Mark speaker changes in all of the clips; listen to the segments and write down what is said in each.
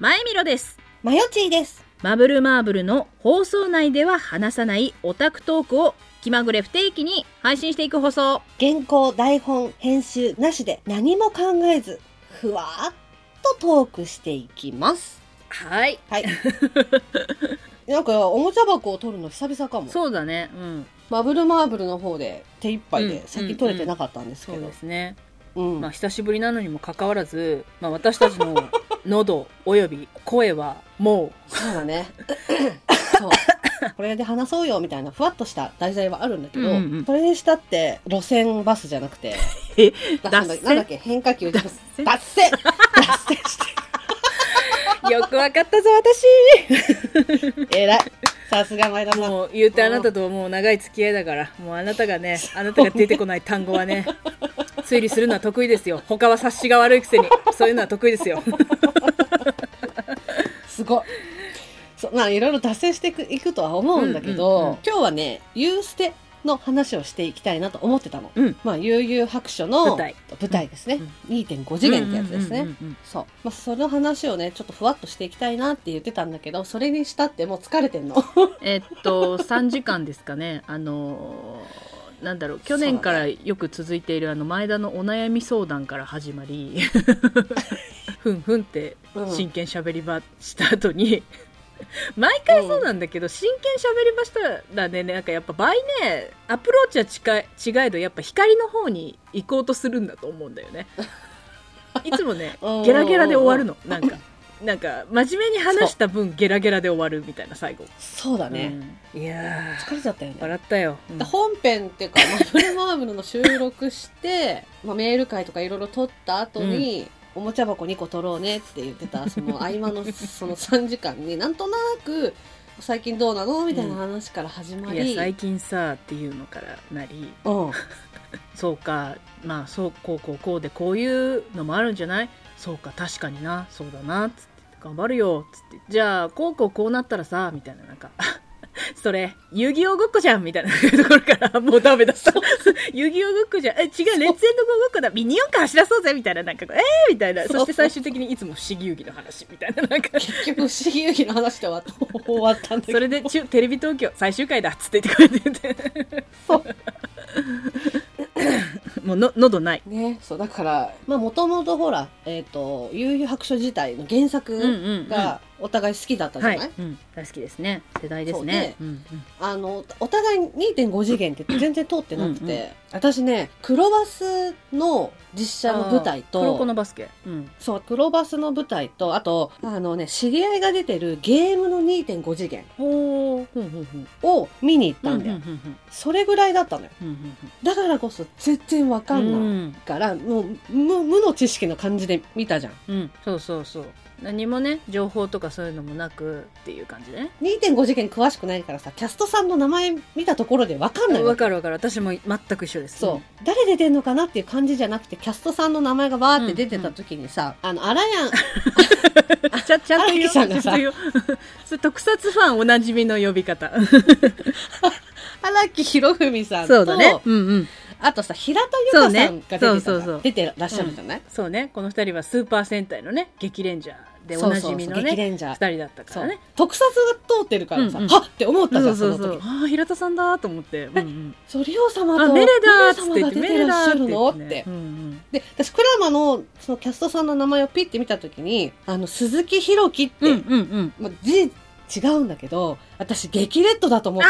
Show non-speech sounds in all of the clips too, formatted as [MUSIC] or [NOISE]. Speaker 1: 前みろです。
Speaker 2: マヨチーです。
Speaker 1: マブルマーブルの放送内では話さないオタクトークを気まぐれ不定期に配信していく放送。
Speaker 2: 原稿、台本、編集なしで何も考えず、ふわーっとトークしていきます。
Speaker 1: はい。 [LAUGHS]
Speaker 2: はい。なんか、おもちゃ箱を取るの久々かも。
Speaker 1: そうだね。うん。
Speaker 2: マブルマーブルの方で手一杯
Speaker 1: う
Speaker 2: で
Speaker 1: ん
Speaker 2: 先取れてなかったんですけ
Speaker 1: そう
Speaker 2: ど
Speaker 1: で。すね。
Speaker 2: うん
Speaker 1: まあ、久しぶりなのにもかかわらず、まあ、私たちの喉および声はも
Speaker 2: そうだね。そう。 [COUGHS] これで話そうよみたいなふわっとした題材はあるんだけど、
Speaker 1: うんうん
Speaker 2: それにしたって路線バスじゃなくて、
Speaker 1: え
Speaker 2: なんだ
Speaker 1: 脱線
Speaker 2: なんだっけ変化球じゃなくて
Speaker 1: 線
Speaker 2: 脱線脱線して
Speaker 1: うよくわかったぞ [LAUGHS]
Speaker 2: 偉い。さすが前田
Speaker 1: 私
Speaker 2: さん。
Speaker 1: もう言うてあなたともう長い付き合いだからもうあなたがねあなたが出てこない単語はね推理するのは得意ですよ他は察しが悪いくせにそういうのは得意ですよ
Speaker 2: すごい。そうまあいろいろ脱線していくいくとは思うんだけど、
Speaker 1: うんうんうん
Speaker 2: 今日はね、ユーステの話をしていきたいなと思ってたの。
Speaker 1: うん
Speaker 2: まあ、悠々白書の
Speaker 1: 舞台
Speaker 2: ですね。
Speaker 1: うん
Speaker 2: 2.5次元ってやつですね。
Speaker 1: うんうんうんうん
Speaker 2: そう。まあ、その話をね、ちょっとふわっとしていきたいなって言ってたんだけど、それにしたってもう疲れてんの。
Speaker 1: えっと3時間ですかねあのーなんだろう去年からよく続いているあの前田のお悩み相談から始まり
Speaker 2: [LAUGHS]
Speaker 1: ふんふんって
Speaker 2: うん
Speaker 1: 真剣しゃべり場した後に毎回そうなんだけど、真剣しゃべり場したらねなんかやっぱ倍ねアプローチは近い違えどやっぱ光の方に行こうとするんだと思うんだよねいつもね
Speaker 2: [LAUGHS] うん
Speaker 1: ゲラゲラで終わるのなんかなんか真面目に話した分ゲラゲラで終わるみたいな最後
Speaker 2: そうだね。
Speaker 1: うんいや
Speaker 2: 疲れちゃったよ
Speaker 1: ー
Speaker 2: ね。
Speaker 1: 笑ったよ、うん
Speaker 2: 本編っていうか、 [LAUGHS] マブルマーブルの収録して、まあ、メール会とかいろいろ撮った後に、おもちゃ箱2個取ろうねって言ってた、その合間のその3時間に、なんとなく、最近どうなのみたいな話から始ま
Speaker 1: い
Speaker 2: り、
Speaker 1: や
Speaker 2: うん
Speaker 1: 最、近さっていうのからなりそうかまあそうこうこうこうでこういうのもあるんじゃないそうか確かになそうだなつって頑張るよつってじゃあこうこうこうなったらさみたいななんか [LAUGHS] それ遊戯王ごっこじゃんみたいなところから [LAUGHS] もうダメだった遊戯王ごっこじゃんえ違うレッツエンドゴーごっこだミニ四駆走らそうぜみたいななんかえー、みたいな
Speaker 2: そう
Speaker 1: そして最終的にいつも不思議遊戯の話みたいななんか
Speaker 2: 結局、不思議遊戯の話で終わった終わったんだけど。
Speaker 1: それで中テレビ東京最終回だっつって言ってくれてて
Speaker 2: そう
Speaker 1: もうの喉ない
Speaker 2: ね、そう、だから、まあ、もともとほら、えっ、と、悠々白書自体の原作
Speaker 1: ん
Speaker 2: がお互い好きだったじゃ
Speaker 1: は
Speaker 2: ない、
Speaker 1: い、うん、大好きですね世代ですねうんうん
Speaker 2: あの、お互い2.5次元って全然通ってなくて、
Speaker 1: うんうん
Speaker 2: 私ね、黒バスの実写の舞台
Speaker 1: あー黒子
Speaker 2: と、
Speaker 1: のバスケうん
Speaker 2: そう、黒バスの舞台と、あと、あのね、知り合いが出てるゲームの2.5次元
Speaker 1: ほうほうほうほう
Speaker 2: を見に行った
Speaker 1: なん
Speaker 2: ん
Speaker 1: だ
Speaker 2: だよ。
Speaker 1: ようん
Speaker 2: それぐらいだったのよ。
Speaker 1: うんうん
Speaker 2: だからこそ全然わか
Speaker 1: うん
Speaker 2: ない。
Speaker 1: ん
Speaker 2: からもう無無の知識の感じで見たじゃん
Speaker 1: うんそうそうそう何もね情報とかそういうのもなくっていう感じでね
Speaker 2: 2.5次元詳しくないからさキャストさんの名前見たところでわかんないわ
Speaker 1: わ
Speaker 2: け
Speaker 1: かるわかる私も全く一緒です
Speaker 2: そう、誰出てんのかなっていう感じじゃなくてキャストさんの名前がわーって出てた時にさ、あのアラヤン
Speaker 1: うんちゃちゃんと言
Speaker 2: 荒木
Speaker 1: う
Speaker 2: さんがさ
Speaker 1: ちゃんと言うそれ特撮ファンおなじみの呼び [LAUGHS] 方
Speaker 2: 荒木博文さんと
Speaker 1: そうだねうんうん
Speaker 2: あとさ平田由香さんが出てたじゃん
Speaker 1: そうねそうそうそう
Speaker 2: 出てらっしゃるじゃない、
Speaker 1: そうね、この二人はスーパー戦隊のね、激レンジャーで
Speaker 2: そ
Speaker 1: お
Speaker 2: う
Speaker 1: な
Speaker 2: そうそ
Speaker 1: じみ
Speaker 2: う
Speaker 1: の
Speaker 2: 激
Speaker 1: ね、
Speaker 2: レンジャ
Speaker 1: 二
Speaker 2: ー
Speaker 1: 人だったか
Speaker 2: そ
Speaker 1: ら
Speaker 2: う
Speaker 1: ね。
Speaker 2: 特撮が通ってるからさ、
Speaker 1: うんうん
Speaker 2: はっって思ったじ
Speaker 1: そ
Speaker 2: ゃ
Speaker 1: うんそ
Speaker 2: そう
Speaker 1: そ
Speaker 2: の
Speaker 1: う
Speaker 2: 時。
Speaker 1: ああ、平田さんだと思って。うんうん
Speaker 2: そうリオ様
Speaker 1: あ、
Speaker 2: と
Speaker 1: メレダーっつっ
Speaker 2: 様
Speaker 1: て言
Speaker 2: が
Speaker 1: って、
Speaker 2: 出
Speaker 1: メ
Speaker 2: て
Speaker 1: レ
Speaker 2: らっ
Speaker 1: ダー
Speaker 2: し
Speaker 1: っ
Speaker 2: ゃ
Speaker 1: て
Speaker 2: る
Speaker 1: 言
Speaker 2: の
Speaker 1: っ
Speaker 2: ってて、
Speaker 1: ね。うんうん
Speaker 2: で私クラマのそのキャストさんの名前をピッて見た時にあの鈴木弘樹って、
Speaker 1: うんうんうん。
Speaker 2: まあ、字違うんだけど私激レッドだと思った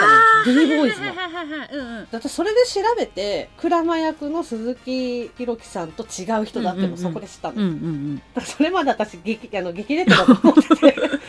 Speaker 2: の D ボーイズの。
Speaker 1: はいはいはいはいうんうん。
Speaker 2: だってそれで調べて鞍馬役の鈴木弘樹さんと違う人だっていうのをそこで知ったの、
Speaker 1: うんうん
Speaker 2: だからそれまで私激あの激レンジャーだと思って
Speaker 1: [LAUGHS]
Speaker 2: て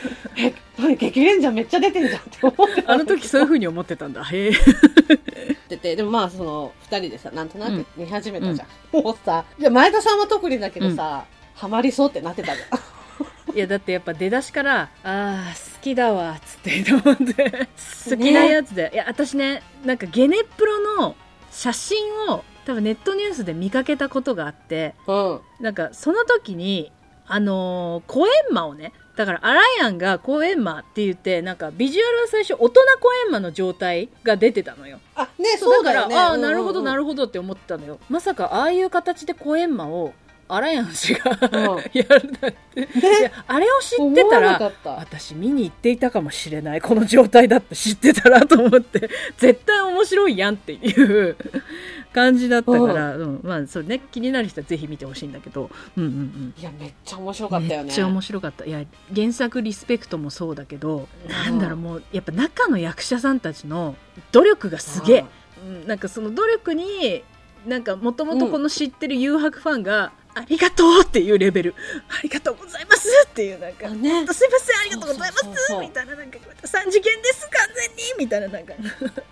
Speaker 2: え何激レンジャーめっちゃ出てんじゃんって思って
Speaker 1: うん。あの時そういう
Speaker 2: ふう
Speaker 1: 風に思ってたんだ。へえ。
Speaker 2: っててでもまあその2人でさなんとなく見始めたじゃん、もうさいや前田さんは特にだけどさ、ハマりそうってなってたじゃ
Speaker 1: [LAUGHS]
Speaker 2: ん
Speaker 1: いや、だってやっぱ出だしから、ああ、好きだわ、つって言って思って。 [LAUGHS] 好きなやつで。いや、私ね、なんかゲネプロの写真を多分ネットニュースで見かけたことがあって、
Speaker 2: うん
Speaker 1: なんかその時にあのー、コエンマをねだからアライアンがコエンマって言ってなんかビジュアルは最初大人コエンマの状態が出てたのよ
Speaker 2: あねそうだ
Speaker 1: から
Speaker 2: よね
Speaker 1: ああなるほどな
Speaker 2: る
Speaker 1: るほどって思ってたのよまさかああいう形でコエンマをアライアン氏が
Speaker 2: うん
Speaker 1: [LAUGHS] やるなんて、いやあれを知ってた
Speaker 2: 思わな
Speaker 1: ら
Speaker 2: かった
Speaker 1: 私見に行っていたかもしれないこの状態だって知ってたらと思って [LAUGHS] 絶対面白いやんっていう感じだったから、うんまあそうね、気になる人はぜひ見てほしいんだけど、うんうんうん、
Speaker 2: いやめっちゃ面白かったよね
Speaker 1: めっちゃ面白かったいや原作「リスペクト」もそうだけど、なんだろうもうやっぱ中の役者さんたちの努力がすげえ、うんなんかその努力になんかもともとこの知ってる誘白ファンが、ありがとうっていうレベルありがとうございますっていうなんか
Speaker 2: あね
Speaker 1: すいませんありがとうございます
Speaker 2: そうそうそうそう
Speaker 1: みたいななんか三次元です完全にみたいななんか、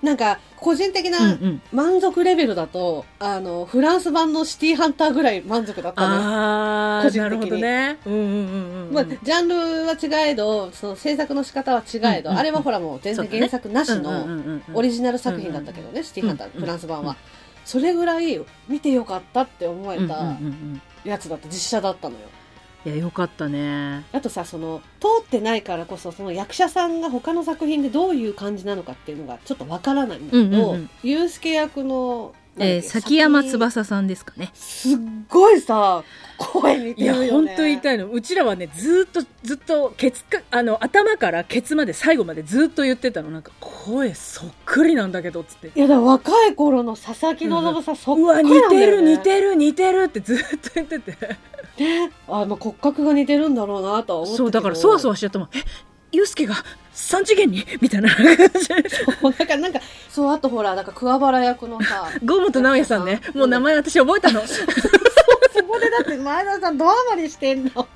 Speaker 2: なんか個人的
Speaker 1: うんう、
Speaker 2: なん満足レベルだと、あのフランス版のシティーハンターぐらい満足だったね
Speaker 1: あ
Speaker 2: 個
Speaker 1: あ
Speaker 2: 人
Speaker 1: な
Speaker 2: 的
Speaker 1: る
Speaker 2: に
Speaker 1: ほどねうんうんうんうん、
Speaker 2: まあ、ジャンルは違えどその制作の仕方は違えど、
Speaker 1: うんうん
Speaker 2: あれはほらもう全然原作なしのオリジナル作品だったけどね、シティーハンター、
Speaker 1: うんうん
Speaker 2: フランス版は、それぐらい見てよかったって思え
Speaker 1: うんうん
Speaker 2: た
Speaker 1: うんうん
Speaker 2: やつだった実写だったのよ
Speaker 1: いやよかったね
Speaker 2: あとさその通ってないからこそその役者さんが他の作品でどういう感じなのかっていうのがちょっとわからないんだけ
Speaker 1: うんうんう
Speaker 2: ど
Speaker 1: ん
Speaker 2: ユースケ役のなんだっけ
Speaker 1: えー、崎山翼さんですかね。
Speaker 2: すっごいさ声似
Speaker 1: い
Speaker 2: て
Speaker 1: や、
Speaker 2: るよ、ね、
Speaker 1: 本当に痛いの。うちらはね、ずーっと、ずっと、ケツか、あの、頭からケツまで最後までずーっと言ってたの。なんか、声そっくりなんだけど、つって。
Speaker 2: いやだから若い頃の佐々木希さん、そっ
Speaker 1: うわ、
Speaker 2: く
Speaker 1: 似
Speaker 2: りなんだ
Speaker 1: て
Speaker 2: よ、
Speaker 1: る、
Speaker 2: ね、
Speaker 1: 似てる、似てるってずーっと言ってて。
Speaker 2: あまあ骨格が似てるんだろうなとは思って
Speaker 1: そう、だから、そわそ
Speaker 2: わ
Speaker 1: わしちゃったもん。え、ゆうすけが三次元にみ
Speaker 2: [LAUGHS]
Speaker 1: たいな感じ。
Speaker 2: なんかなんかそうあとほらなんか桑原役のさ
Speaker 1: ゴムと直哉さんね。もう名前私覚えたの。
Speaker 2: そこでだって前田さんドハマりしてんの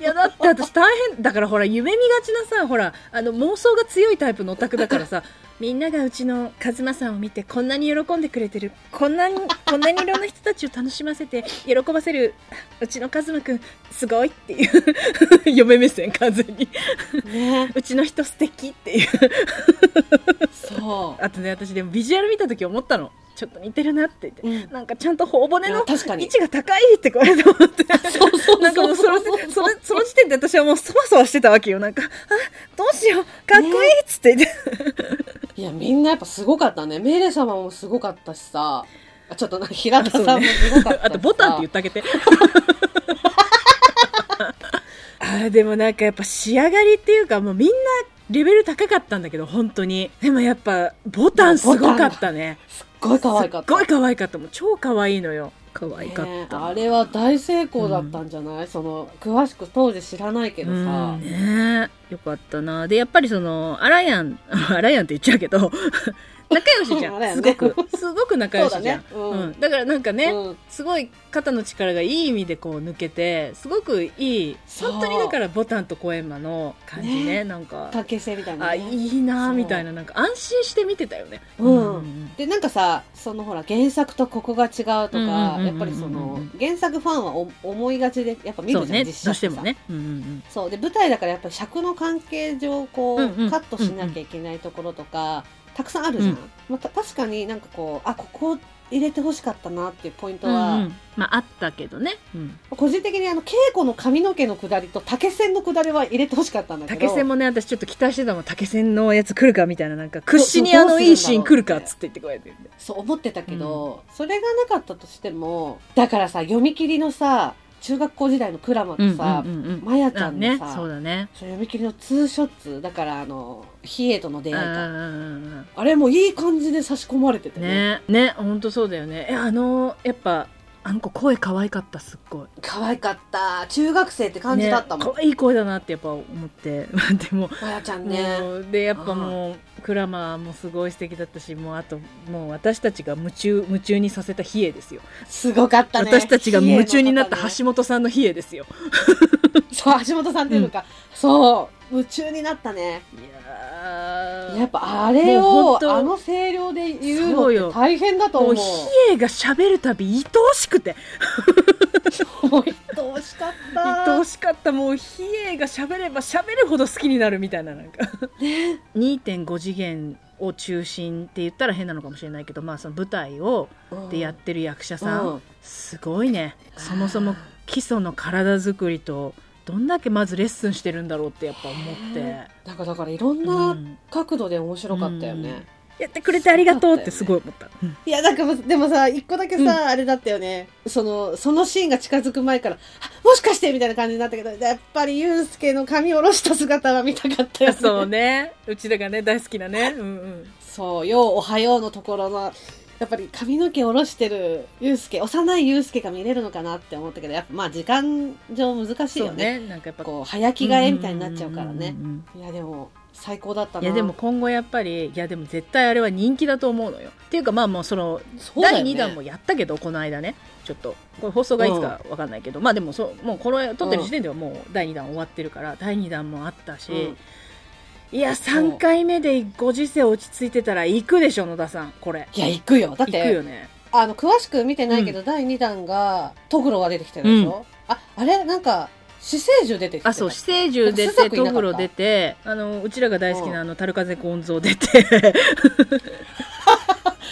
Speaker 1: いやだって私大変だからほら夢見がちなさほらあの妄想が強いタイプのオタクだから
Speaker 2: [LAUGHS]
Speaker 1: さみんながうちのカズマさんを見てこんなに喜んでくれてるこんなにこんなにいろんな人たちを楽しませて喜ばせるうちのカズマくんすごいっていう [LAUGHS] 嫁目線完全に
Speaker 2: ね
Speaker 1: うちの人素敵っていう
Speaker 2: そ
Speaker 1: あとね私でもビジュアル見た時思ったのちょっと似てるなって言って
Speaker 2: う、うん、
Speaker 1: なんかちゃんと頬骨
Speaker 2: いや
Speaker 1: の
Speaker 2: 確かに
Speaker 1: 位置が高いってこれで思って
Speaker 2: [LAUGHS] そうそうそう
Speaker 1: なんかもうその
Speaker 2: そう
Speaker 1: そのその時点で私はもうそわそわしてたわけよなんか「あどうしようかっこいい」っつって、
Speaker 2: いやみんなやっぱすごかったねメイレ様もすごかったしさあちょっとなんか平田さんもすごかったしさ
Speaker 1: あとボタンって言ってあげ [LAUGHS] てあーでもなんかやっぱ仕上がりっていうかもうみんなレベル高かったんだけど本当にでもやっぱボタンすごかったね
Speaker 2: すっごい可愛かった
Speaker 1: すっごい可愛かったもう超可愛いのよ可愛かった、
Speaker 2: ねえあれは大成功だったんじゃない、その詳しく当時知らないけどさ、
Speaker 1: うんねえよかったなでやっぱりそのアライアン [LAUGHS] アライアンって言っちゃうけど [LAUGHS] 仲良しじゃ
Speaker 2: アライ
Speaker 1: ん
Speaker 2: ア
Speaker 1: す
Speaker 2: ン
Speaker 1: ご
Speaker 2: ね
Speaker 1: くすごく仲良しじゃん
Speaker 2: そうだねうん
Speaker 1: うんだからなんかね、
Speaker 2: うん
Speaker 1: すごい肩の力がいい意味でこう抜けてすごくいい
Speaker 2: そう
Speaker 1: 本当にだからボタンとコエンマの感じね
Speaker 2: ね
Speaker 1: なんか
Speaker 2: 関係性みたいな、ね、
Speaker 1: あいいな
Speaker 2: そ
Speaker 1: あ
Speaker 2: う
Speaker 1: みたいななんか安心して見てたよね
Speaker 2: うんでなんかさそのほら原作とここが違うとか、
Speaker 1: うんうんうんうんうん
Speaker 2: やっぱりその原作ファンはお思いがちでやっぱ見
Speaker 1: そ
Speaker 2: る
Speaker 1: う
Speaker 2: じゃん、
Speaker 1: ねどう
Speaker 2: 実写
Speaker 1: して
Speaker 2: さ
Speaker 1: もねうんうん
Speaker 2: そうで舞台だからやっぱり尺の関係上こう、
Speaker 1: うんうん
Speaker 2: カットしなきゃいけないところとかたくさんあるじゃ
Speaker 1: う
Speaker 2: ん、
Speaker 1: ん
Speaker 2: まあた確かになんかこうあここ入れてほしかったなっていうポイント
Speaker 1: うん
Speaker 2: は、
Speaker 1: うんうんまああったけどね、うん、
Speaker 2: 個人的にあの稽古の髪の毛のくだりと竹線のくだりは入れてほしかったんだけど
Speaker 1: 竹線もね私ちょっと期待してたもん竹線のやつ来るかみたいななんか屈指に
Speaker 2: ど
Speaker 1: あ
Speaker 2: どうするんだろ
Speaker 1: の
Speaker 2: う
Speaker 1: いいシーン来るかっつって言ってこうやって
Speaker 2: そう思ってたけど、それがなかったとしてもだからさ読み切りのさ中学校時代のクラマとさ、
Speaker 1: うんうんうんうん
Speaker 2: マヤちゃ
Speaker 1: あ
Speaker 2: んの
Speaker 1: ね
Speaker 2: さ、
Speaker 1: そうだね
Speaker 2: そう読み切りのツーショッツだからあのヒエとの出
Speaker 1: う
Speaker 2: 会
Speaker 1: ん
Speaker 2: いうか
Speaker 1: んうん
Speaker 2: あれもいい感じで差し込まれて
Speaker 1: う
Speaker 2: て
Speaker 1: ん
Speaker 2: ね
Speaker 1: ねね本当そうだよねえあのやっぱあの子声可愛かったすっごい
Speaker 2: 可愛かった中学生って感じだったもん、
Speaker 1: ね可愛い声だなってやっぱ思ってでも
Speaker 2: マヤちゃんね、
Speaker 1: もうでやっぱもうクラマーもすごい素敵だったしもうあともう私たちが夢中夢中にさせた比叡ですよ、
Speaker 2: すごかったね
Speaker 1: 私たちが夢中になった
Speaker 2: ヒエの方ね
Speaker 1: 橋本さんの比叡ですよ
Speaker 2: そう橋本さんっていうのか、そう夢中になったね
Speaker 1: いやー
Speaker 2: やっぱあれ
Speaker 1: もう本
Speaker 2: を
Speaker 1: 当
Speaker 2: あの声量で言う
Speaker 1: そう
Speaker 2: の
Speaker 1: よ
Speaker 2: って大変だと
Speaker 1: も
Speaker 2: 思
Speaker 1: う
Speaker 2: う
Speaker 1: 比叡が喋るたび愛おしくて
Speaker 2: もう愛おしかった
Speaker 1: 愛おしかったもう比叡が喋れば喋るほど好きになるみたいななんか2.5次元を中心って言ったら変なのかもしれないけど、まあ、その舞台をでやってる役者さん、
Speaker 2: うん
Speaker 1: すごいねそもそも基礎の体作りとどんだけまずレッスンしてるんだろうってやっぱ思って
Speaker 2: なんかだからいろん
Speaker 1: う
Speaker 2: なん角度で面白かったよね、
Speaker 1: やってくれてありがとうってすごい思った。うん
Speaker 2: いや、なんかもう、でもさ、一個だけさ、
Speaker 1: うん
Speaker 2: あれだったよね。その、そのシーンが近づく前から、あもしかしてみたいな感じになったけど、やっぱりユうスケの髪下ろした姿は見たかったよ
Speaker 1: [LAUGHS]
Speaker 2: ね。
Speaker 1: そうね。うちらがね、大好きなね。うんうん。
Speaker 2: そう、よう、おはようのところの、やっぱり髪の毛下ろしてるユうスケ、幼いユうスケが見れるのかなって思ったけど、やっぱまあ時間上難しい
Speaker 1: そ
Speaker 2: よ
Speaker 1: う
Speaker 2: ね。
Speaker 1: ね。なんかやっぱ、
Speaker 2: こう、早着替えみたいになっちゃうからね
Speaker 1: うん。うんうんうん
Speaker 2: いや、でも、最高だった
Speaker 1: い
Speaker 2: な。
Speaker 1: やでも、今後やっぱりいやでも絶対あれは人気だと思うのよっていうかまあもうその
Speaker 2: そうだよね
Speaker 1: 第2弾もやったけどこの間ねちょっとこれ放送がいつかわかんないけど、まあでもそうもうこの撮ってる時点ではもう第2弾終わってるから第2弾もあったし、
Speaker 2: うん
Speaker 1: いや3回目でご時世落ち着いてたら行くでしょ野田さんこれ
Speaker 2: いや、行くよ。だっ
Speaker 1: 行く
Speaker 2: て、
Speaker 1: よね
Speaker 2: あの、詳しく見てないけど、第2弾が、トグロが出てきてるでしょ、あ、あれなんか、死生獣出てきてた
Speaker 1: あそう四川獣出
Speaker 2: 須
Speaker 1: て
Speaker 2: 作いなか
Speaker 1: ト
Speaker 2: った
Speaker 1: グロ出てあのうちらが大好きなあの樽風ゴンゾー出
Speaker 2: [LAUGHS]
Speaker 1: て [LAUGHS]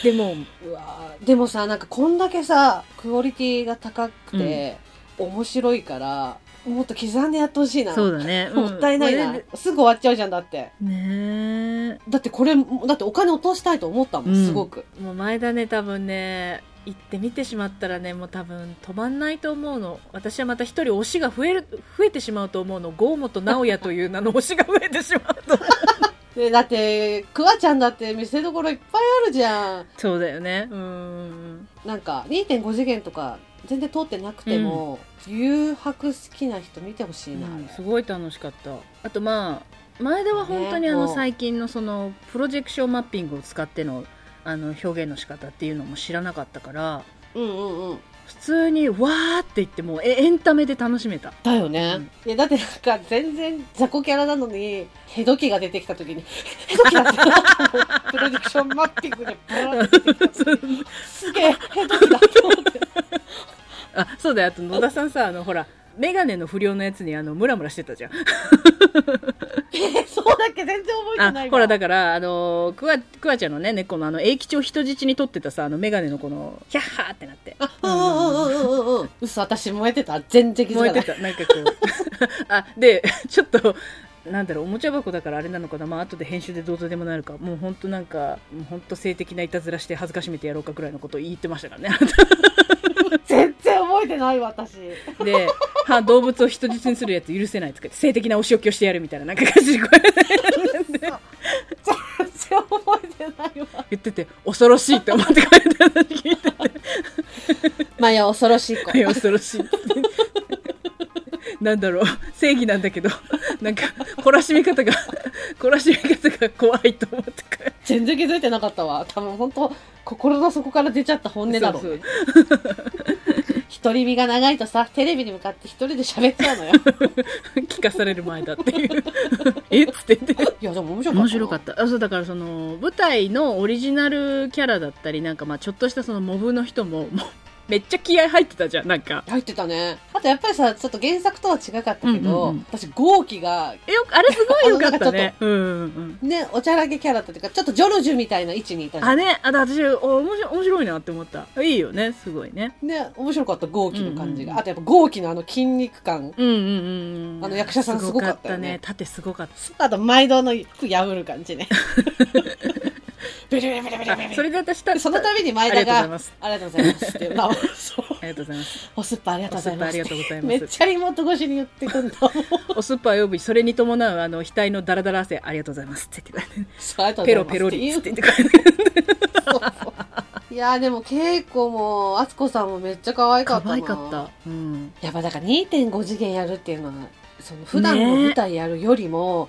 Speaker 1: でも
Speaker 2: うわーでもさ、なんかこんだけさ、クオリティが高くて、面白いから、もっと刻んでやってほしいな。
Speaker 1: そうだ
Speaker 2: [LAUGHS]
Speaker 1: ね、うん
Speaker 2: もったいない
Speaker 1: こ
Speaker 2: な
Speaker 1: れ。
Speaker 2: すぐ終わっちゃうじゃん、だって。
Speaker 1: ねえ
Speaker 2: だってこれ、だってお金落としたいと思ったもん、
Speaker 1: うん
Speaker 2: すごく。
Speaker 1: もう前田ね多分ね行って見てしまったらねもう多分止まんないと思うの私はまた一人推しが増える増えてしまうと思うの郷本直也という名
Speaker 2: [LAUGHS]
Speaker 1: の推しが増えてしまうと
Speaker 2: でだって、クワちゃんだって見せどころいっぱいあるじゃん。
Speaker 1: そうだよねうん
Speaker 2: なんか、2.5次元とか、全然通ってなくても、誘惑好きな人見てほしいな、あれ
Speaker 1: すごい楽しかったあとまあ前田は本当に
Speaker 2: ね
Speaker 1: あの
Speaker 2: もう
Speaker 1: 最近のそのプロジェクションマッピングを使ってのあの表現の仕方っていうのも知らなかったから
Speaker 2: うんうんうん。
Speaker 1: 普通にわーって言ってもうえエンタメで楽しめた
Speaker 2: だよね、
Speaker 1: うん
Speaker 2: いやだってなんか全然雑魚キャラなのにヘドキが出てき
Speaker 1: [LAUGHS]
Speaker 2: た時に「ヘドキだ」ってプロジェクションマッピングでバーって出てきた
Speaker 1: [LAUGHS]
Speaker 2: 時にすげえヘドキだと思って
Speaker 1: あそうだよあと野田さんさあのほら眼鏡の不良のやつにあのムラムラしてたじゃん
Speaker 2: えそうだっけ全然覚えてない
Speaker 1: あほらだ
Speaker 2: か
Speaker 1: からあのクワクワちゃんのね猫のあの永吉を人質に取ってたさあの眼鏡のこのキャッハーってなって
Speaker 2: うんうんうんうんうん嘘私燃えてた全然気づか
Speaker 1: 燃え
Speaker 2: な
Speaker 1: て
Speaker 2: い
Speaker 1: たなんかこう [LAUGHS] あでちょっとなんだろうおもちゃ箱だからあれなのかなまあ後で編集でどうとでもなるかもう本当なんかもう本当性的ないたずらして恥ずかしめてやろうかくらいのことを言ってましたからね [LAUGHS]
Speaker 2: 全然覚えてない私
Speaker 1: で、は動物を人質にするやつ許せないとか言って性的なお仕置きをしてやるみたいななんか感じでこうやって
Speaker 2: 全然覚えてないわ
Speaker 1: 言ってて恐ろしいって思って書いて話聞いて
Speaker 2: まあいや恐ろしい子
Speaker 1: て恐ろしいって [LAUGHS] なんだろう正義なんだけど [LAUGHS] なんか懲らしみ方が [LAUGHS] 懲らしみ方が怖いと思って書いて
Speaker 2: 全然気づいてなかったわ多分本当心の底から出ちゃった本音だろうね
Speaker 1: そうそう
Speaker 2: 独り身が長いとさテレビに向かって一人で喋っち
Speaker 1: [LAUGHS]
Speaker 2: ゃうのよ
Speaker 1: 聞かされる前だっていう [LAUGHS] えっつって言って
Speaker 2: いやでも面白かったな
Speaker 1: 面白かったあそうだからその舞台のオリジナルキャラだったりなんかまあちょっとしたそのモブの人ももうめっちゃ気合入ってたじゃんなんか
Speaker 2: 入ってたねあとやっぱりさちょっと原作とは違かったけど、
Speaker 1: うんうんうん
Speaker 2: 私豪輝が
Speaker 1: えよあれすごいよかったねうんうん
Speaker 2: ねおちゃらけキャラだったというかちょっとジョルジュみたいな位置にいた
Speaker 1: うん
Speaker 2: じゃ
Speaker 1: あ
Speaker 2: ん
Speaker 1: ねあだ私お面白面白いなって思ったいいよねすごいね
Speaker 2: ね面白かった豪輝の感じが、
Speaker 1: うんうん
Speaker 2: あとやっぱ豪輝のあの筋肉感
Speaker 1: うんうんうんうん
Speaker 2: あの役者さんすごかったよ
Speaker 1: すごかったね
Speaker 2: ね
Speaker 1: 縦すごかった
Speaker 2: あと毎度の服破る感じねビリビリビリビリビ
Speaker 1: [LAUGHS]
Speaker 2: リ
Speaker 1: それで私た
Speaker 2: でその度に前
Speaker 1: ありがとうござい
Speaker 2: 田が
Speaker 1: ます
Speaker 2: ありがとうございますって、まあ、そう
Speaker 1: ありがとうございます
Speaker 2: おすっぱありがとうございます
Speaker 1: おすっぱありがとうございます
Speaker 2: めっちゃリモート越しに言ってくんだ
Speaker 1: [LAUGHS] おスーパー呼びそれに伴うあの額のダラダラ汗ありがとうございますって言ってたねペロペロリっつって言ってくれて
Speaker 2: いやーでも稽古も敦子さんもめっちゃ [LAUGHS] 可愛か
Speaker 1: 可
Speaker 2: ったな
Speaker 1: 愛かったうん
Speaker 2: やっぱだから2.5次元やるっていうのはその普段の舞台やるよりも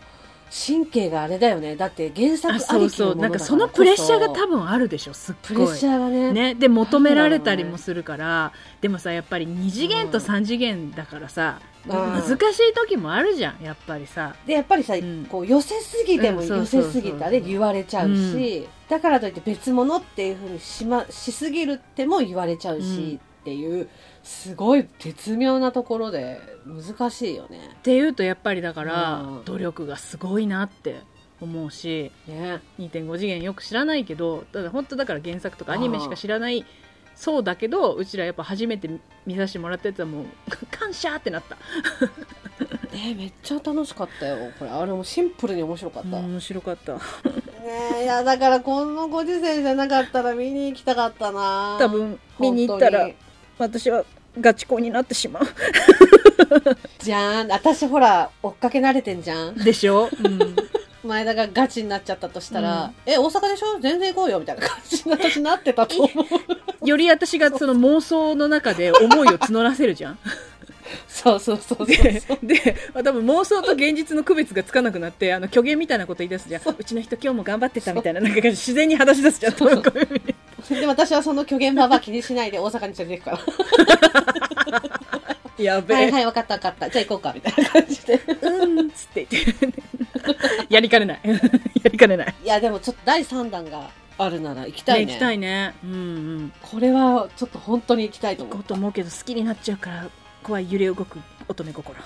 Speaker 2: 神経があれだよねだって原作
Speaker 1: あ
Speaker 2: あ
Speaker 1: そう
Speaker 2: りき
Speaker 1: そ
Speaker 2: の
Speaker 1: う
Speaker 2: も
Speaker 1: な
Speaker 2: のだから
Speaker 1: んかそ
Speaker 2: こそ
Speaker 1: のプレッシャーが多分あるでしょすっ
Speaker 2: プレ
Speaker 1: ご
Speaker 2: ッ
Speaker 1: い
Speaker 2: シ。ャーがね
Speaker 1: ね、 [LAUGHS] で求められたりもするから、でもさやっぱり2次元と
Speaker 2: うん
Speaker 1: 3次元だからさ、
Speaker 2: うん
Speaker 1: 難しい時もあるじゃんやっぱりさ
Speaker 2: でやっぱりさ、
Speaker 1: ん
Speaker 2: こう寄せすぎても
Speaker 1: うんそ
Speaker 2: 寄
Speaker 1: うそう
Speaker 2: せ
Speaker 1: そう
Speaker 2: すぎたで言われちゃうし、だからといって別物っていうふうにし,、ま、しすぎるっても言われちゃう
Speaker 1: うん
Speaker 2: し、っていうすごい絶妙なところで難しいよね。
Speaker 1: っていうとやっぱりだから、
Speaker 2: うん
Speaker 1: 努力がすごいなって思うし
Speaker 2: ね
Speaker 1: 2.5次元よく知らないけどただ本当だから原作とかアニメしか知らないそうだけどうちらやっぱ初めて見させてもらったやつはもう感謝ってなった
Speaker 2: えーめっちゃ楽しかったよこれあれもシンプルに面白かった、
Speaker 1: 面白かった
Speaker 2: ねいやだからこのご時世じゃなかったら見に行きたかったな
Speaker 1: 多分見に行ったら
Speaker 2: 本
Speaker 1: 私はガチ恋になってしまう
Speaker 2: 当にじゃん私ほら追っかけ慣れてんじゃん
Speaker 1: でしょ、うん、
Speaker 2: 前田がガチになっちゃったとした
Speaker 1: う
Speaker 2: ら
Speaker 1: ん
Speaker 2: 「え大阪でしょ全然行こうよ」みたいな [LAUGHS] 感じに私なってたと思う
Speaker 1: より私がその妄想の中で思いを募らせるじゃん
Speaker 2: そうそうそうそう
Speaker 1: でで、 [LAUGHS] まあ、多分妄想と現実の区別がつかなくなってあの虚言みたいなこと言い出すじゃんうちの人今日も頑張ってたみたいななんか自然に話し出すじゃん
Speaker 2: そう
Speaker 1: こういうふうに
Speaker 2: で私はその虚言ばば気にしないで大阪に連れて行くから
Speaker 1: やべえ、
Speaker 2: はいはい、分かった分かった。じゃあ行こうか、みたいな感
Speaker 1: [LAUGHS]
Speaker 2: じで。
Speaker 1: うんっつって言ってやりかねない [LAUGHS] やりかねない
Speaker 2: いや、でもちょっと第3弾があるなら行きたいね。
Speaker 1: ね行きたいねうんうん
Speaker 2: これはちょっと本当に行きたいと
Speaker 1: 行こ
Speaker 2: 思う
Speaker 1: う。と思うけど好きになっちゃうから怖い揺れ動く乙女心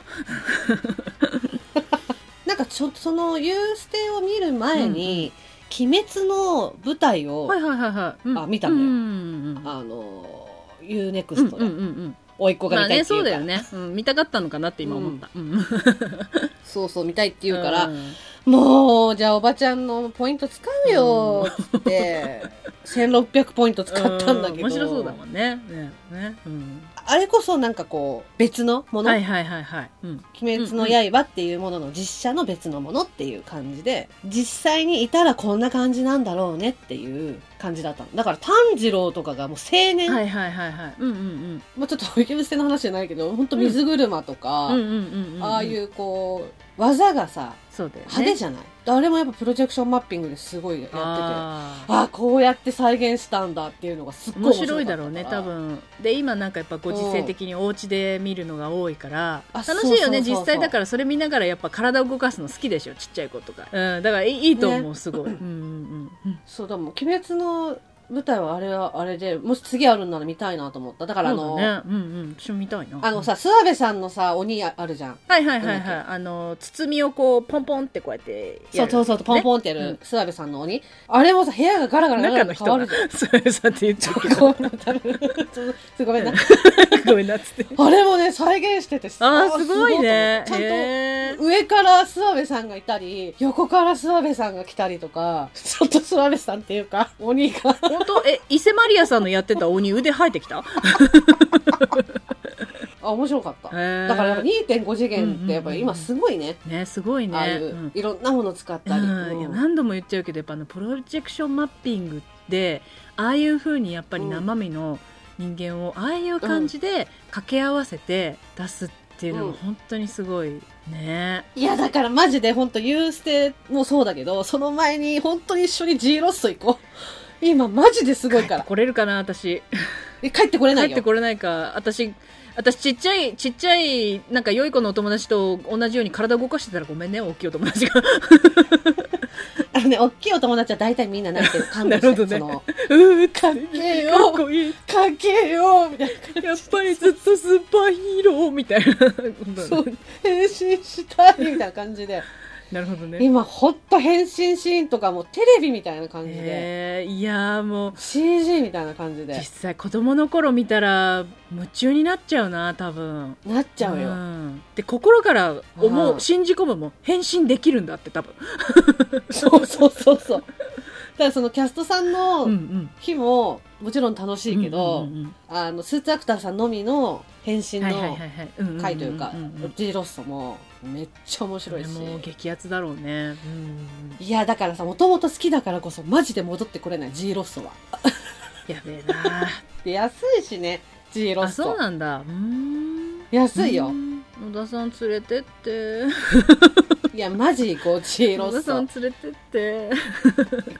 Speaker 2: なんかちょっとその、ユーステを見る前に、鬼滅の舞台を、
Speaker 1: はいはいはいはい、うん
Speaker 2: あ見たんだ
Speaker 1: う
Speaker 2: よ
Speaker 1: んうんうん
Speaker 2: あの、UNEXT
Speaker 1: うんう
Speaker 2: で、
Speaker 1: んうん
Speaker 2: 甥っ
Speaker 1: う
Speaker 2: 子
Speaker 1: ん、
Speaker 2: が
Speaker 1: まあ
Speaker 2: 見たい
Speaker 1: ね
Speaker 2: って
Speaker 1: そ
Speaker 2: いううか
Speaker 1: だ
Speaker 2: ら、
Speaker 1: よね、うん、見たかったのかなって今思った、うん
Speaker 2: そうそう、見たいって言うから、
Speaker 1: ん
Speaker 2: もう、じゃあおばちゃんのポイント使うよ、つって、1600ポイント使ったんだ
Speaker 1: う
Speaker 2: けど、
Speaker 1: 面白そうだもんねねね、うん、
Speaker 2: あれこそなんかこう、別のもの、
Speaker 1: はいはいはいはい、うん、
Speaker 2: 鬼滅の刃っていうものの実写の別のものっていう感じで、実際にいたらこんな感じなんだろうねっていう感じだったの。だから炭治郎とかがもう青年、
Speaker 1: はいはいはいはいうんうん
Speaker 2: もうちょっと浮世捨ての話じゃないけど、本当水車とか、
Speaker 1: うんうんうんうん
Speaker 2: ああいううこう、技がさ、
Speaker 1: そうだよ、ね、
Speaker 2: 派手
Speaker 1: ゃ
Speaker 2: じゃない、あれもやっぱプロジェクションマッピングですごいやってて、あ
Speaker 1: あー
Speaker 2: あ、こうやって再現したんだっていうのがすっごい
Speaker 1: 面
Speaker 2: 面白
Speaker 1: 白い
Speaker 2: かっ
Speaker 1: だ
Speaker 2: た
Speaker 1: ろうね
Speaker 2: から
Speaker 1: 多。分で今なんかやっぱご時世的にお家で見るのが多いから
Speaker 2: あ
Speaker 1: 楽しいよね
Speaker 2: そうそうそうそう
Speaker 1: 実際だからそれ見ながらやっぱ体を動かすの好きでしょちっちゃい子とか、うん、だからいいいいと思う、
Speaker 2: ね
Speaker 1: すごい、うんうんうん、
Speaker 2: そうだもん鬼滅の舞台はあれはあれで、もし次あるんなら見たいなと思った。だからあの、
Speaker 1: そうだねうんうん一緒見たいな
Speaker 2: あのさ、諏訪部さんのさ、鬼あるじゃん。
Speaker 1: はいはいはい
Speaker 2: な
Speaker 1: は
Speaker 2: ん
Speaker 1: い
Speaker 2: だ
Speaker 1: あの包みをこうポンポンってこうやって
Speaker 2: そ
Speaker 1: や
Speaker 2: う
Speaker 1: る
Speaker 2: そうそう、ポンポンってや
Speaker 1: うん
Speaker 2: る諏訪部さんの鬼。あれもさ、部屋がガラガラガラ
Speaker 1: 中
Speaker 2: ガ
Speaker 1: の
Speaker 2: ラ
Speaker 1: 人
Speaker 2: 変わ
Speaker 1: が
Speaker 2: るじゃん。
Speaker 1: [LAUGHS] それさって言っちゃうけ [LAUGHS] ど
Speaker 2: こうなったらちょっとごめんな。
Speaker 1: ごめんなっつって
Speaker 2: あれもね、再現してて、
Speaker 1: [LAUGHS] あーすごいね
Speaker 2: すごいと思うちゃんと。
Speaker 1: へー
Speaker 2: 上から諏訪部さんがいたり、横から諏訪部さんが来たりとか、ちょっと諏訪部さんっていうか、鬼が。
Speaker 1: 本当え伊勢マリアさんのやってた鬼腕生えてきた
Speaker 2: あ、面白かった。だ
Speaker 1: だ
Speaker 2: からやっぱ2.5次元ってやっぱり今すごいね。
Speaker 1: ねすごいね
Speaker 2: ああい
Speaker 1: うん
Speaker 2: う、いろんなもの使ったり。
Speaker 1: うんいや何度も言っちゃうけどやっぱあのプロジェクションマッピングでああいう風にやっぱり生身の人間をああいう感じで掛け合わせて出すっていうのが
Speaker 2: うん
Speaker 1: 本当にすごいね。
Speaker 2: いや、だからマジで本当ユーステもそうだけど、その前に本当に一緒に G ロスト行こう。今マジですごいから。
Speaker 1: 来れるかな私
Speaker 2: え帰ってこれな
Speaker 1: 帰
Speaker 2: い
Speaker 1: って
Speaker 2: よ。
Speaker 1: これないか私私ちっちゃいちっちゃいなんか良い子のお友達と同じように体動かしてたらごめんね大きいお友達が
Speaker 2: あのね、おっきいお友達は大体みんな泣いてる感動
Speaker 1: [LAUGHS]
Speaker 2: し
Speaker 1: なる
Speaker 2: て
Speaker 1: ほど
Speaker 2: る。
Speaker 1: ね
Speaker 2: その、
Speaker 1: うーかっ
Speaker 2: けえよ
Speaker 1: かっこいい
Speaker 2: かけようみたい
Speaker 1: やっぱりずっとスーパーヒーローみたいな
Speaker 2: な。 [LAUGHS] そう、変身したいみたいな感
Speaker 1: [LAUGHS]
Speaker 2: じで。
Speaker 1: なるほどね
Speaker 2: 今ほんと変身シーンとかもうテレビみたいな感じで。
Speaker 1: えーいやーもう
Speaker 2: CG みたいな感じで
Speaker 1: 実。際子供の頃見たら夢中になっちゃうな多分
Speaker 2: なっちゃうよ。
Speaker 1: んで心から思
Speaker 2: う
Speaker 1: うん信じ込むもん変身できるんだって多分
Speaker 2: そうそうそうそう。
Speaker 1: [LAUGHS]
Speaker 2: だからそのキャストさん
Speaker 1: うんう
Speaker 2: の
Speaker 1: ん
Speaker 2: 日ももちろん楽しいけど、
Speaker 1: うんうん
Speaker 2: あのスーツアクターさんのみの変身
Speaker 1: うんはいはい
Speaker 2: の
Speaker 1: はいはいうんうんうんうん
Speaker 2: 回というか
Speaker 1: んん
Speaker 2: G ロストもめっちゃ面
Speaker 1: そ
Speaker 2: 白
Speaker 1: れ
Speaker 2: いし
Speaker 1: も激アツだろうねうんうんうん
Speaker 2: いやだからさもともと好きだからこそマジで戻ってこれない G ロストは
Speaker 1: やべえな
Speaker 2: で安いしね G ロ
Speaker 1: あ
Speaker 2: ス
Speaker 1: そう
Speaker 2: ト
Speaker 1: なんだうーん
Speaker 2: 安い
Speaker 1: う
Speaker 2: よ
Speaker 1: ーん野田さん連れてって
Speaker 2: いやマジこう G ロ
Speaker 1: 野田
Speaker 2: ス
Speaker 1: さん
Speaker 2: ト
Speaker 1: 連れてって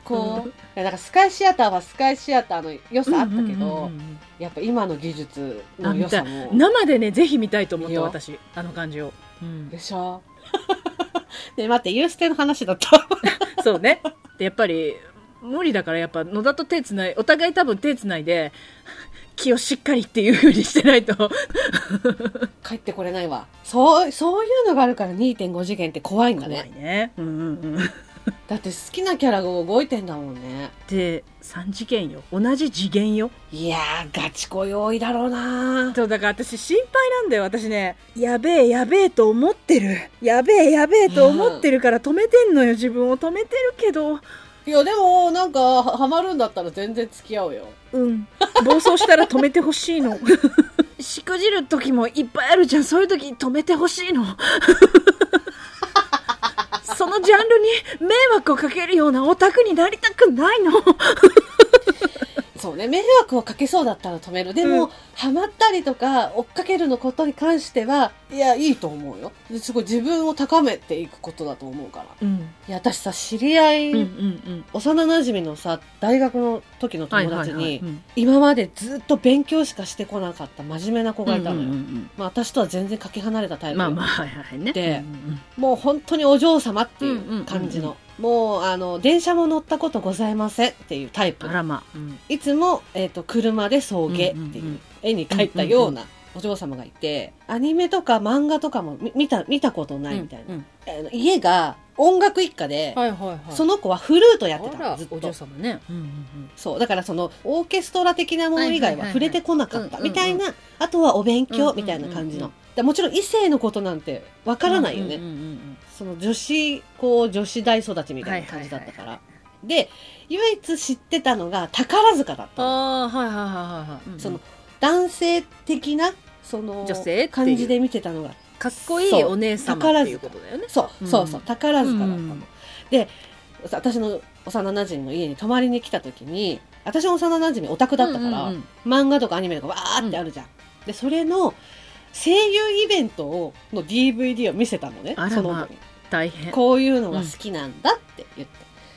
Speaker 2: こういやだからスカイシアターはスカイシアターの良さあったけ
Speaker 1: うんうんうんう
Speaker 2: ど
Speaker 1: んうん
Speaker 2: やっぱ今の技術の良さも
Speaker 1: 生でねぜひ見たいと思っ
Speaker 2: いい
Speaker 1: た
Speaker 2: よ
Speaker 1: 私あの感じを、うん
Speaker 2: でしょ [LAUGHS] ね待ってユーステの話だった
Speaker 1: そうねでやっぱり無理だからやっぱ野田と手つないお互い多分手つないで気をしっかりっていうふうにしてないと
Speaker 2: [LAUGHS] 帰ってこれないわそうそういうのがあるから2.5次元って怖いんだ
Speaker 1: 怖
Speaker 2: ね
Speaker 1: いねうんうんうん
Speaker 2: だって好きなキャラが動いてんだもんね
Speaker 1: で3次元よ同じ次元よ
Speaker 2: いやーガチ恋多いだろうな
Speaker 1: そうだから私心配なんだよ私ねやべえやべえと思ってるやべえやべえと思ってるから止めてんのよ自分を止めてるけど
Speaker 2: いやでもなんかはハマるんだったら全然付き合うよ
Speaker 1: うん暴走したら止めてほし
Speaker 2: [LAUGHS]
Speaker 1: いのしくじる時もいっぱいあるじゃんそういう時止めてほしいの [LAUGHS] そのジャンルに迷惑をかけるようなオタクになりたくないの
Speaker 2: そうね迷惑をかけそうだったら止めるでも、
Speaker 1: うん
Speaker 2: ハマったりとか追っかけるのことに関してはいやいいと思うよですごい自分を高めていくことだと思うから
Speaker 1: うん
Speaker 2: いや私さ知り合い、
Speaker 1: うんうん
Speaker 2: 幼なじみのさ大学の時の
Speaker 1: はい
Speaker 2: 友
Speaker 1: はい
Speaker 2: 達に、
Speaker 1: はいうん
Speaker 2: 今までずっと勉強しかしてこなかった真面目な子がいたのよ、
Speaker 1: うんうん
Speaker 2: まあ、私とは全然かけ離れたタイ
Speaker 1: うん
Speaker 2: プ、
Speaker 1: まあまあはいはいね
Speaker 2: で
Speaker 1: うん
Speaker 2: もう本当にお嬢様っていう感じの、もうあの電車も乗ったことございませんっていうタイ
Speaker 1: う
Speaker 2: プ
Speaker 1: んあらまあうん
Speaker 2: いつも、えー、と車で送迎って
Speaker 1: うんうんう
Speaker 2: いうん絵に描いたようなお嬢様がいてアニメとか漫画とかもみ見た見たことないみたいな、
Speaker 1: うんうん
Speaker 2: あの家が音楽一家で、
Speaker 1: はいはいはい
Speaker 2: その子はフルートやってたのずっ
Speaker 1: お嬢
Speaker 2: と
Speaker 1: 様ねうんうんうん
Speaker 2: そうだからそのオーケストラ的なもの以外は触れてこなかった
Speaker 1: はいはいはい
Speaker 2: みたいなあとはお勉
Speaker 1: う
Speaker 2: 強
Speaker 1: ん
Speaker 2: みたいな感じ
Speaker 1: うん
Speaker 2: のでもちろん異性のことなんてわからないよね、
Speaker 1: うんうんうん
Speaker 2: その女子こう女子大育ちみたいな感じだったから、
Speaker 1: はい
Speaker 2: で唯一知ってたのが宝塚だったの
Speaker 1: ああはいはいはいはいはいうんうん
Speaker 2: その男性的なその
Speaker 1: 女性っていう
Speaker 2: 感じで見てたのが
Speaker 1: かっこいい
Speaker 2: そう
Speaker 1: お姉様っていうことだよね
Speaker 2: そううんそうそう宝塚だったの、
Speaker 1: うん
Speaker 2: で私の幼なじみの家に泊まりに来た時に私の幼なじみオタクだったから、
Speaker 1: うんうん
Speaker 2: 漫画とかアニメとかわーってあるじゃん、でそれの声優イベントをの DVD を見せたのね
Speaker 1: あらまあ
Speaker 2: その子に
Speaker 1: 大変
Speaker 2: こういうのが好きなんだって言って、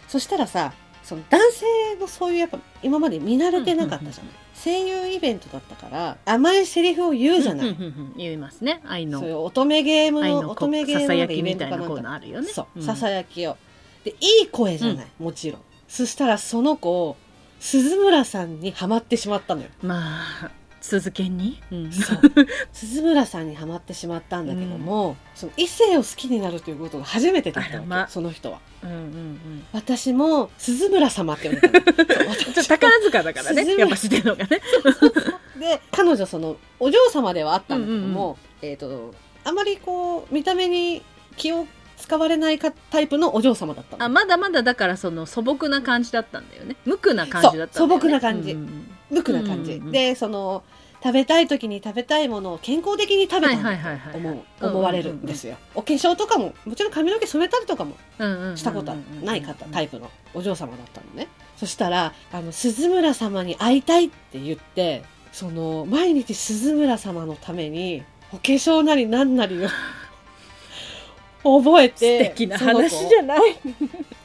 Speaker 2: そしたらさその男性のそういうやっぱ今まで見慣れてなかったじゃん,、
Speaker 1: うんうん
Speaker 2: 声優イベントだったから甘いセリフを言うじゃない、
Speaker 1: うんうんうん言いますね愛の
Speaker 2: そういう乙女ゲーム
Speaker 1: 愛
Speaker 2: の
Speaker 1: の
Speaker 2: 乙
Speaker 1: こ
Speaker 2: 女ゲ
Speaker 1: さ
Speaker 2: ー
Speaker 1: さ
Speaker 2: ム
Speaker 1: や
Speaker 2: の
Speaker 1: き
Speaker 2: イベ
Speaker 1: み
Speaker 2: ント
Speaker 1: たい
Speaker 2: か
Speaker 1: な
Speaker 2: なん
Speaker 1: コー
Speaker 2: か
Speaker 1: ナーあるよね
Speaker 2: そう、
Speaker 1: ん
Speaker 2: ささやきを。で、いい声じゃない、もちろん。そしたら、その子、鈴村さんにはまってしまったのよ。
Speaker 1: まあ続けにうん
Speaker 2: [LAUGHS] そう。鈴村さんにはまってしまったんだけども、その異性を好きになるということが初めてだった
Speaker 1: あ
Speaker 2: わ
Speaker 1: ら
Speaker 2: け、
Speaker 1: ま
Speaker 2: その人は。
Speaker 1: うんうんうん
Speaker 2: 私も、鈴村様って呼んでたの [LAUGHS] そう
Speaker 1: ちょ
Speaker 2: 私は
Speaker 1: 宝塚だからね
Speaker 2: 鈴
Speaker 1: やっぱしてるのがね
Speaker 2: で、彼女、その、お嬢様ではあったんだけども、えっ、と、あまりこう、見た目に気を使われないかタイプのお嬢様だったの
Speaker 1: あ。まだまだだからその素朴な感じだったんだよね無垢な感じだったんだよね
Speaker 2: そう素朴な感じ
Speaker 1: うんうん
Speaker 2: 無垢な感じ、
Speaker 1: うんうんうん
Speaker 2: でその食べたい時に食べたいものを健康的に食べたい
Speaker 1: はいはいはいはい
Speaker 2: と思う
Speaker 1: うんうんうん
Speaker 2: 思われるんですよ、お化粧とかももちろん髪の毛染めたりとかも
Speaker 1: うんうんうんうん
Speaker 2: したことはない方、タイ
Speaker 1: プ
Speaker 2: プのお嬢様だったのねそしたらあの鈴村様に会いたいって言ってその毎日鈴村様のためにお化粧なりなんなり
Speaker 1: [LAUGHS]
Speaker 2: を覚え
Speaker 1: 素
Speaker 2: て
Speaker 1: 敵な
Speaker 2: その子
Speaker 1: 話じゃない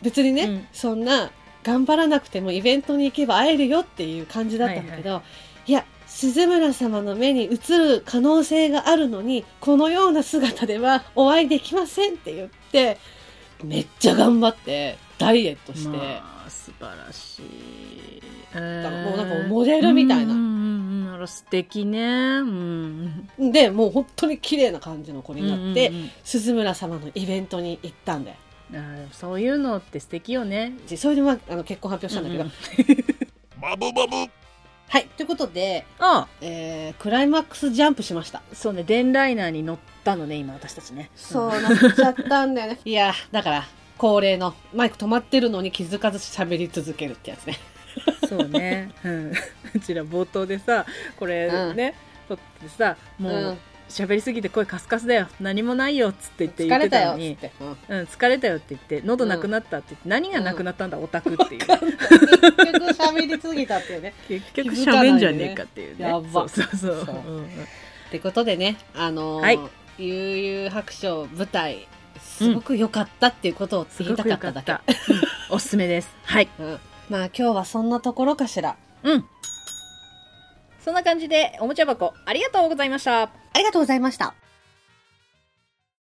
Speaker 2: 別にね、
Speaker 1: うん
Speaker 2: そんな頑張らなくてもイベントに行けば会えるよっていう感じだったんだけど、いや鈴村様の目に映る可能性があるのにこのような姿ではお会いできませんって言ってめっちゃ頑張ってダイエットして、
Speaker 1: まあ、素晴らしい、
Speaker 2: だからもうなんかモデルみたいな
Speaker 1: うんうんうんあら素敵ねうん
Speaker 2: でもう本当に綺麗な感じの子になって、
Speaker 1: うんうんうん
Speaker 2: 鈴村様のイベントに行ったんだよ。
Speaker 1: あーそういうのって素敵よね
Speaker 2: でそれで、まあ、あの結婚発表したんだけど、
Speaker 1: うんう
Speaker 3: [LAUGHS]
Speaker 1: ん
Speaker 3: マブマブ
Speaker 2: はいということで、
Speaker 1: あ
Speaker 2: えークライマックスジャンプしました。
Speaker 1: そうねデンライナーに乗ったのね今私たちね
Speaker 2: そううなっちゃったんだよね。 [LAUGHS] いや、だから、恒例の、マイク止まってるのに気づかず喋り続けるってやつね。
Speaker 1: んそうね、うん、 [LAUGHS] うちら冒頭でさこれ
Speaker 2: うん
Speaker 1: ね、撮ってさも
Speaker 2: うん
Speaker 1: う喋りすぎて声カスカスだよ何もないよっつって言って言
Speaker 2: 疲
Speaker 1: って
Speaker 2: れたよ
Speaker 1: たの
Speaker 2: っつ
Speaker 1: に
Speaker 2: って。うん
Speaker 1: うん、疲れたよって言って喉なくなったって言って、何がなくなったんだ、オタクっていう
Speaker 2: 結局喋りすぎたっていうね。
Speaker 1: 結局喋んじゃねえかっていうね
Speaker 2: やば
Speaker 1: そうそうそう
Speaker 2: そう
Speaker 1: うんうん
Speaker 2: ってことでね、 [LAUGHS] あのー
Speaker 1: はい
Speaker 2: 悠々白書舞台、すごく良かったっていうことを
Speaker 1: すご
Speaker 2: 言いた
Speaker 1: く
Speaker 2: か
Speaker 1: 良
Speaker 2: っ
Speaker 1: か
Speaker 2: た
Speaker 1: っ
Speaker 2: だ
Speaker 1: た
Speaker 2: け。
Speaker 1: うんおすすめですはい
Speaker 2: うんまあ今日はそんなところかしら。
Speaker 1: うんそんな感じでおもちゃ箱ありがとうございました
Speaker 2: ありがとうございました。